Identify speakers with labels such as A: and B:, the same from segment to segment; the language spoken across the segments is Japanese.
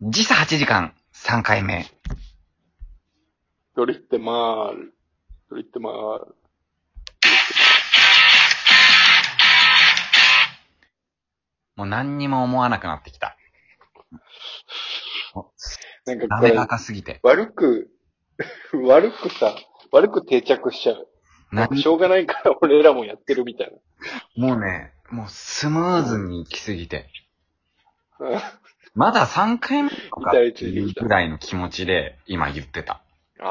A: 時差8時間、3回目。
B: Lo diste mal. Lo diste mal.
A: もう何にも思わなくなってきた。
B: なんかこ
A: 滑
B: れ
A: ら、かすぎて。
B: 悪く、 悪くさ、悪く定着しちゃう。なんか
A: 何
B: しょうがないから 俺らもやってるみたい
A: もうね、もうスムーズに行きすぎて。
B: な。 あ
A: まだ3回目とかっていうぐらいの気持ちで今言ってた。
B: あ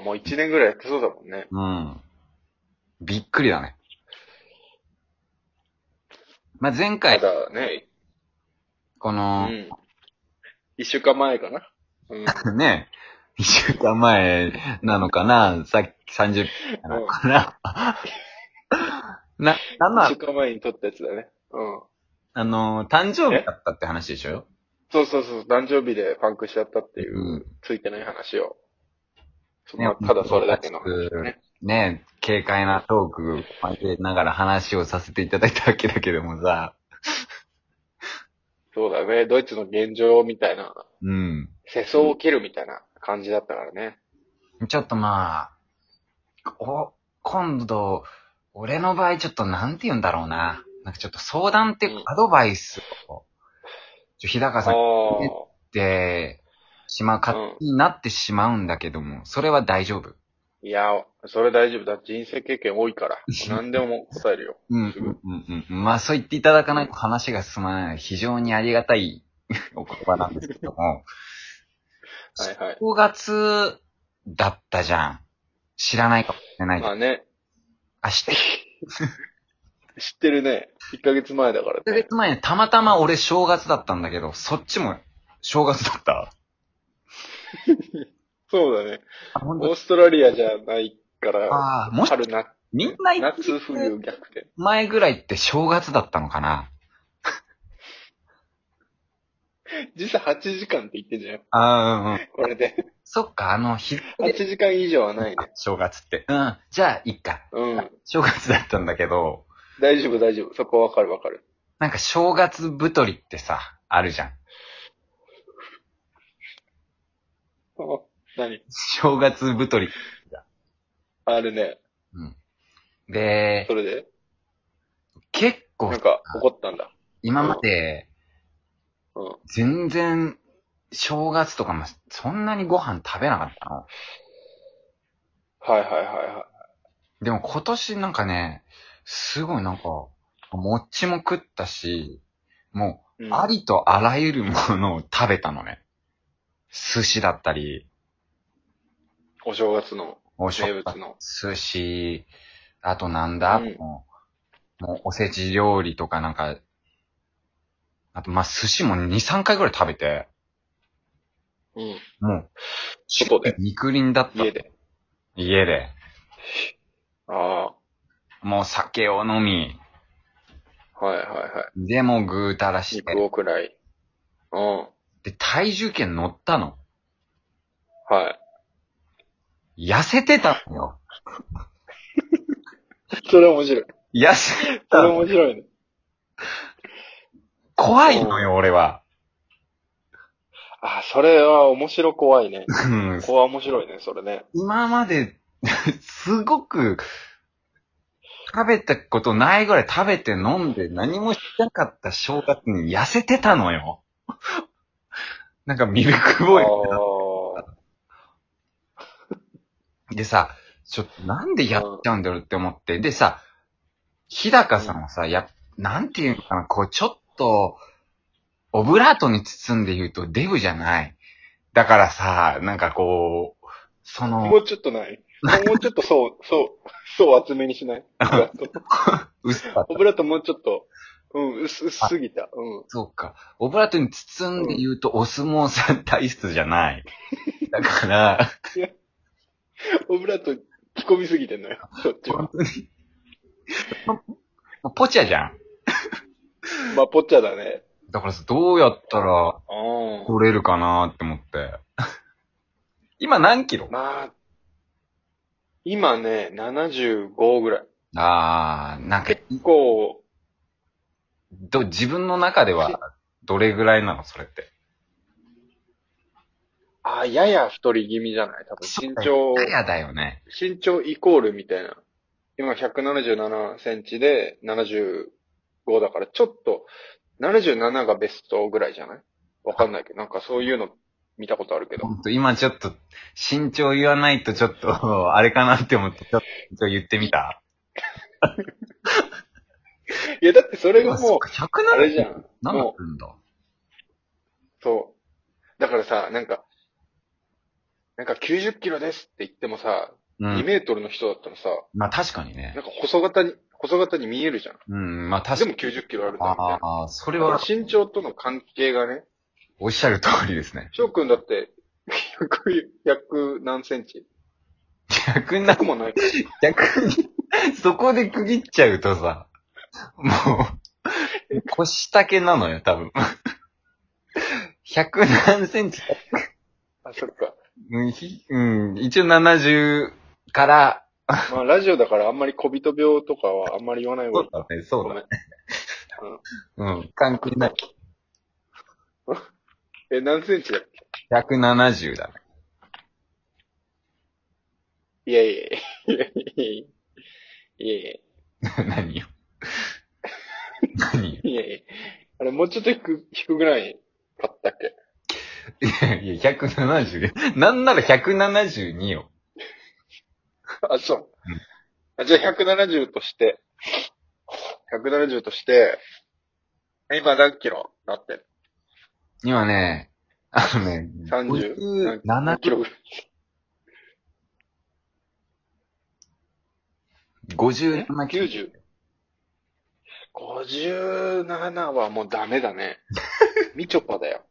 B: ー、もう一年ぐらいやってそうだもんね。
A: うん。びっくりだね。まあ、前
B: ま
A: 回、
B: だね、
A: こ
B: う
A: の、
B: ん。一週間前かな。うん。
A: ね、一週間前なのかな、さっき30分なのかな。 な、なんな
B: 一週間前に撮ったやつだね。うん。
A: あの、誕生日だったって話でしょ
B: そうそうそう、誕生日でパンクしちゃったっていうう、ついてない話を。そ
A: ね
B: まあただそれだけの話ね。
A: ね、軽快なトーク交えながら話をさせていただいたわけだけどもさ、
B: そうだね、ドイツの現状みたいな、
A: うん。
B: 世相を切るみたいな感じだったからね。
A: ちょっとまあ、お、今度、俺の場合ちょっとなんて言うんだろうな。なんかちょっと相談っていうかアドバイスを、ちょ日高さんに
B: あ
A: ね
B: あ。
A: ってしまう、勝手になってしまうんだけども、それは大丈夫。
B: いや、それ大丈夫だ。人生経験多いから。何でも答える よ。
A: うん、うん、うん、うん。まあそう言っていただかないと話が進まない。非常にありがた いお言葉なんですけども。
B: はいはい。
A: 5月だったじゃん。知らないかもしれないけど。
B: まあね、
A: あ、知ってる。
B: 知ってるね。1ヶ月前だから
A: 1ヶ
B: ね。
A: 月前にたまたま俺正月だったんだけど、そっちも正月だった。
B: そうだね。
A: あ、ほん
B: オ
A: と
B: ーストラリアじゃないから、
A: あー、もし
B: 春、夏、
A: みんな言って
B: 夏、冬、逆転。
A: 前ぐらいって正月だったのかな
B: 時差8時間って言ってんじゃん。
A: あーうんうん。
B: これで。
A: そっか、あの、日、
B: 8時間以上はないね。
A: 正月って。うん。じゃあ、いっか。
B: うん。
A: 正月だったんだけど、
B: 大丈夫、大丈夫。そこわかるわかる。
A: なんか正月太りってさ、あるじゃん。
B: あ何
A: 正月太り。
B: あるね。
A: うん。で
B: そ、れで
A: 結構
B: なんか怒ったんだ。
A: 今まで
B: うん。
A: 全然正月とかもそんなにご飯食べなかったの。
B: はいはいはいは
A: でも今年なんかね、すごいなんか、餅も食ったし、も
B: い。
A: う
B: う、ん
A: ありとあらゆるものを食べたのね。寿司だったり、
B: お正月の
A: お
B: 名
A: 正
B: 物の。
A: 寿司、あとなんだ、
B: うん
A: もうもうおせち料理とかなんか、あとまあ寿司も2、3回ぐらい食べて、
B: うん。
A: もう、
B: 外で
A: 肉林だった。
B: 家。で。
A: 家で。
B: あ
A: もう酒を飲み、
B: あ。はいはいはい。
A: でもうぐうたらして
B: 肉、をくらい。うん。は
A: で体重計乗ったの。
B: い。
A: 痩せてたのよ。
B: それ面白い。
A: 痩せ
B: そ
A: た
B: れ
A: の。
B: 面白いね。
A: 怖いのよ、俺は。
B: ああ、それは面白 怖いね。
A: うん
B: ここは面白いね、それね。
A: 今まで、 すごく、食べたことないぐらい食べて飲んで何もしなかった正月に痩せてたのよ。 なんかミルクボーイみたい
B: あ
A: な。でさ、ちょっとなんでやっちゃうんだろうって思って。でさ、日高さんはさ、や、なんていうのかな、こうちょっと、オブラートに包んで言うとデブじゃない。だからさ、なんかこう、そ
B: あ。
A: の
B: も、うちょっとないもうちょっとそう、そう、そう厚めにし ない
A: 薄かった
B: オブラートもうちょっと、うん、薄、薄すぎた。うん。
A: そうか。オブラートに包んで言うと、お相撲さん体質じゃ ない。だから、
B: オブラート着込みすぎてんのよ、そっちは
A: 本。当に。ポチャじゃん。
B: まあ、ぽっちゃだね。
A: だからさ、どうやったら
B: う
A: 取れるかなって思って。今何キロ
B: ん。まあ、今ね、75ぐらい。
A: あー、なんか、
B: 結構、
A: ど、自分の中では、どれぐらいなのそれって。
B: ああ、やや太り気味じゃない多分身長、
A: ややだよね。
B: 身長イコールみたいな。今177センチで75だから、ちょっと、77がベストぐらいじゃないわかんないけど、なんかそういうの見たことあるけど
A: ほ。んと、今ちょっと、身長言わないとちょっと、あれかなって思って、ちょっと言ってみた。
B: いや、だってそれが
A: あそ
B: も
A: っ
B: う、
A: か
B: あれじゃ
A: 177
B: ん。
A: だ
B: も
A: ったんだ。
B: そう。だからさ、なんか、なんか90キロですって言ってもさ、
A: う
B: 2
A: ん。
B: メートルの人だったらさ、
A: まあ確かにね
B: なん。か細型に、細型に見えるじゃん。
A: うん、まあ確
B: で
A: か
B: も
A: に。
B: 90キロあるんだみたいな。
A: ああ、それ
B: だから
A: は、
B: 身長との関係がね、
A: おっしゃる通りです ね。
B: 翔くんだって、100、100何センチ
A: 逆な
B: ?100 もないから。
A: 逆に、そこで区切っちゃうとさ、もう、腰丈なのよ、多分。100何センチ
B: あ、そっか。
A: うんひうん、一応70から、
B: まあ、ラジオだからあんまり小人病とかはあんまり言わない
A: そ
B: 方
A: う
B: が
A: だね、そ
B: ご
A: う
B: め
A: だ
B: ん
A: ね。うん、関係ない。
B: え、何センチだっけ
A: 170だね。
B: いやいやいやいやいやいやい
A: 何よ。何よ。
B: やいやいやあれ、もうちょっと低く、低くぐらい買ったっけ
A: いやいや、170で。なんなら172よ。
B: あ、そう
A: うん。
B: あじゃあ170として、170として、今何キロなってる
A: 今ね、あのね、
B: ?30?
A: 57
B: 何キロぐらい
A: 57キロ。
B: ?90? 57はもうダメ だね。みちょぱだよ。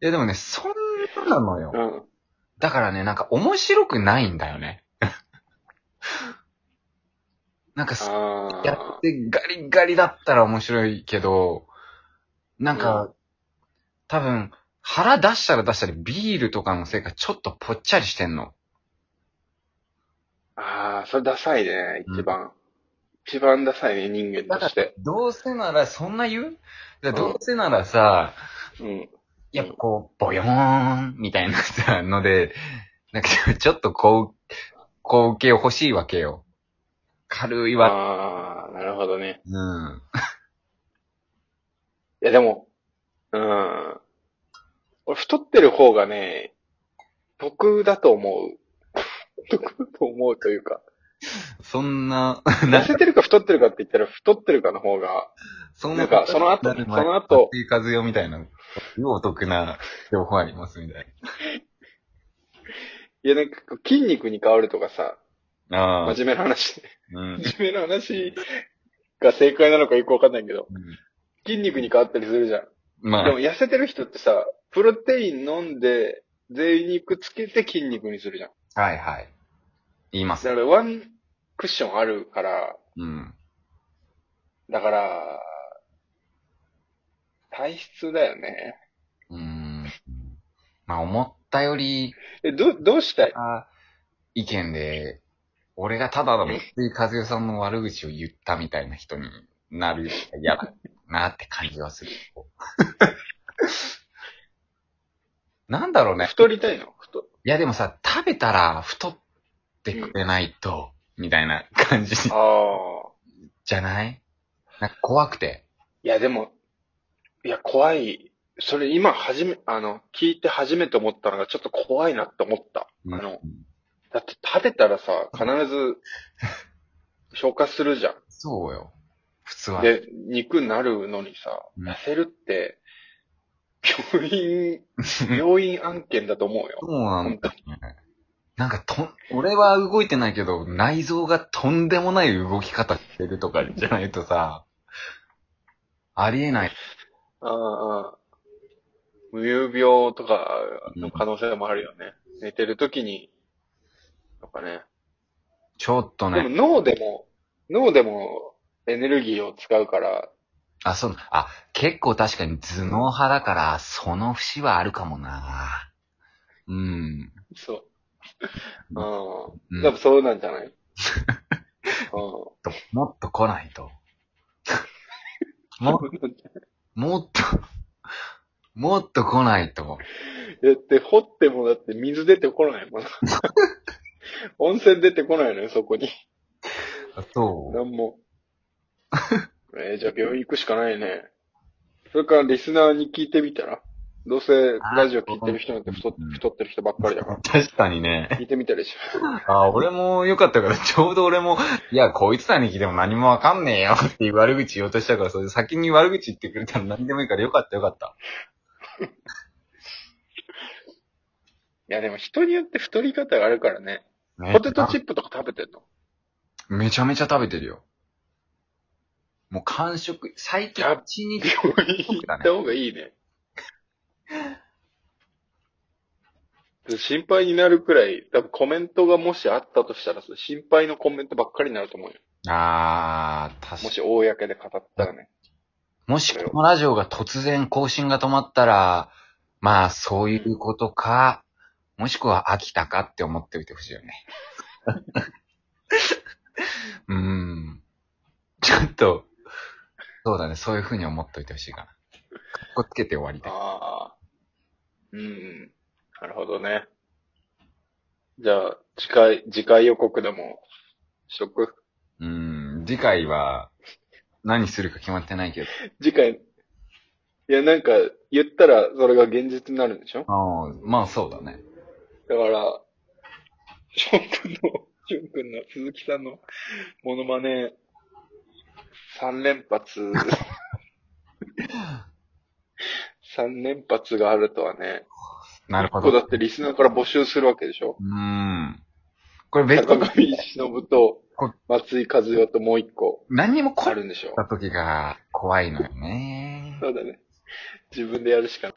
A: いやでもね、そんななのよ
B: う。ん。
A: だからね、なんか面白くないんだよね。 なんかす、
B: あ
A: や
B: あ
A: っ。てガリガリだったら面白いけど、なんか、
B: う
A: 多分、腹出したら出したり、ビールとかのせいかちょっとぽっちゃりしてんの。
B: ああ、それダサいね、
A: うん
B: 一番。一番ダサいね、人間
A: だ
B: と
A: か
B: して。
A: どうせなら、そんな言うだから
B: う
A: ど
B: ん
A: うせならさ、
B: うん。
A: やっぱこう、ボヨーンみたいなさ、ので、 なんかちょっとこう、こう受け欲しいわけよ。軽いわ。
B: ああ、なるほどね。
A: うん。
B: いや、でも、うん。俺、太ってる方がね、得だと思う。 得だと思うというか、
A: そん な、
B: 痩せてるか太ってるかって言ったら、太ってるかの方が、
A: そん
B: なんかその後
A: なる
B: その後。
A: 松井和代みたいな、お得な情報ありますみたい
B: いや、なんかこう筋肉に変わるとかさ、
A: な。ああ。
B: 真面目な話、
A: うん。
B: 真面目な話が正解なのかよくわかんないけど、
A: うん
B: 筋肉に変わったりするじゃん。
A: ま
B: で
A: あ
B: も、痩せてる人ってさ、プロテイン飲んで、贅肉つけて筋肉にするじゃん。
A: はいはい。言います。
B: だからワンクッションあるから、
A: うん。
B: だから、体質だよね。
A: うん。まあ思ったより、
B: え、ど、どうしたい
A: あ意見で、俺がただの松井和代さんの悪口を言ったみたいな人にな る、嫌だなって感じはする。 なんだろうね。
B: 太りたいの太。
A: いやでもさ、食べたら太ってくれないと、みたいな感じ
B: ああ。
A: じゃないなんか怖くて。
B: いや、でも、いや、怖い。それ今、初め、あの、聞いて初めて思ったのが、ちょっと怖いなって思った。
A: うん
B: あの、だって食べたらさ、必ず、消化するじゃん。
A: そうよ。普通は。
B: で、肉になるのにさ、
A: うん
B: 痩せるって、病院、病院案件だと思うよ。
A: そうなんだ、ね。なんかとん、俺は動いてないけど、内臓がとんでもない動き方してるとかじゃないとさ、ありえない。
B: ああああ、無遊病とかの可能性もあるよね。寝てる時に、とかね。
A: ちょっと
B: でも
A: ね。
B: 脳でも、脳でもエネルギーを使うから、
A: あ、そう、あ、結構確かに頭脳派だから、その節はあるかもな。うん。
B: そう。あ
A: う
B: あ、
A: ん
B: 多分そうなん じゃないうん
A: と、もっと来ないと。 も、もっと、もっと来ないと。
B: やって、掘ってもだって水出てこな いもん。温泉出てこないのよ、そこに。
A: あと、
B: な んも。えーじゃあ病院行くしかないね。それからリスナーに聞いてみたらどうせラジオ聞いてる人なんて太っ
A: うん
B: 太ってる人ばっかりだから。
A: 確かにね。
B: 聞いてみたりしょ。
A: あ、俺もよかったから、 ちょうど俺も、いや、こいつらに聞いても何もわかんねえよ っていう悪口言おうとしたから、それで先に悪口言ってくれたら何でもいいからよかったよかった。
B: いやでも人によって太り方があるからね。
A: ね
B: ポテトチップとか食べてんの
A: めちゃめちゃ食べてるよ。もう完食、最近
B: やっ
A: 1日
B: 病院行った方がいいね。心配になるくらい、多分コメントがもしあったとしたら、心配のコメントばっかりになると思うよ。
A: あー、確か
B: もし公で語ったらね。
A: もしこのラジオが突然更新が止まったら、まあそういうことか、もしくは飽きたかって思っておいてほしいよね。 うーん。ちょっと、そうだね、そういうふうに思っておいてほしいかな。かっこつけて終わりたい。
B: ああ。うん。なるほどね。じゃあ、次回、次回予告でも、しとく
A: うーん、次回は何するか決まってないけど。
B: 次回、いや、なんか、言ったら、それが現実になるんでしょ
A: あーまあそうだね。
B: だから、ション君の、ション君の、鈴木さんのモノマネ、3連 発、3連発があるとはね。
A: なるほ
B: ここ
A: ど。
B: だ
A: う
B: ってリスナーから募集するわけでしょ
A: ーん。これ別
B: 坂
A: に
B: 上忍と
A: こ、
B: 松井和代ともう一個、
A: 何にも来
B: あ
A: れ
B: るんでしょ
A: た時が怖いのよね。
B: そうだね。自分でやるしかない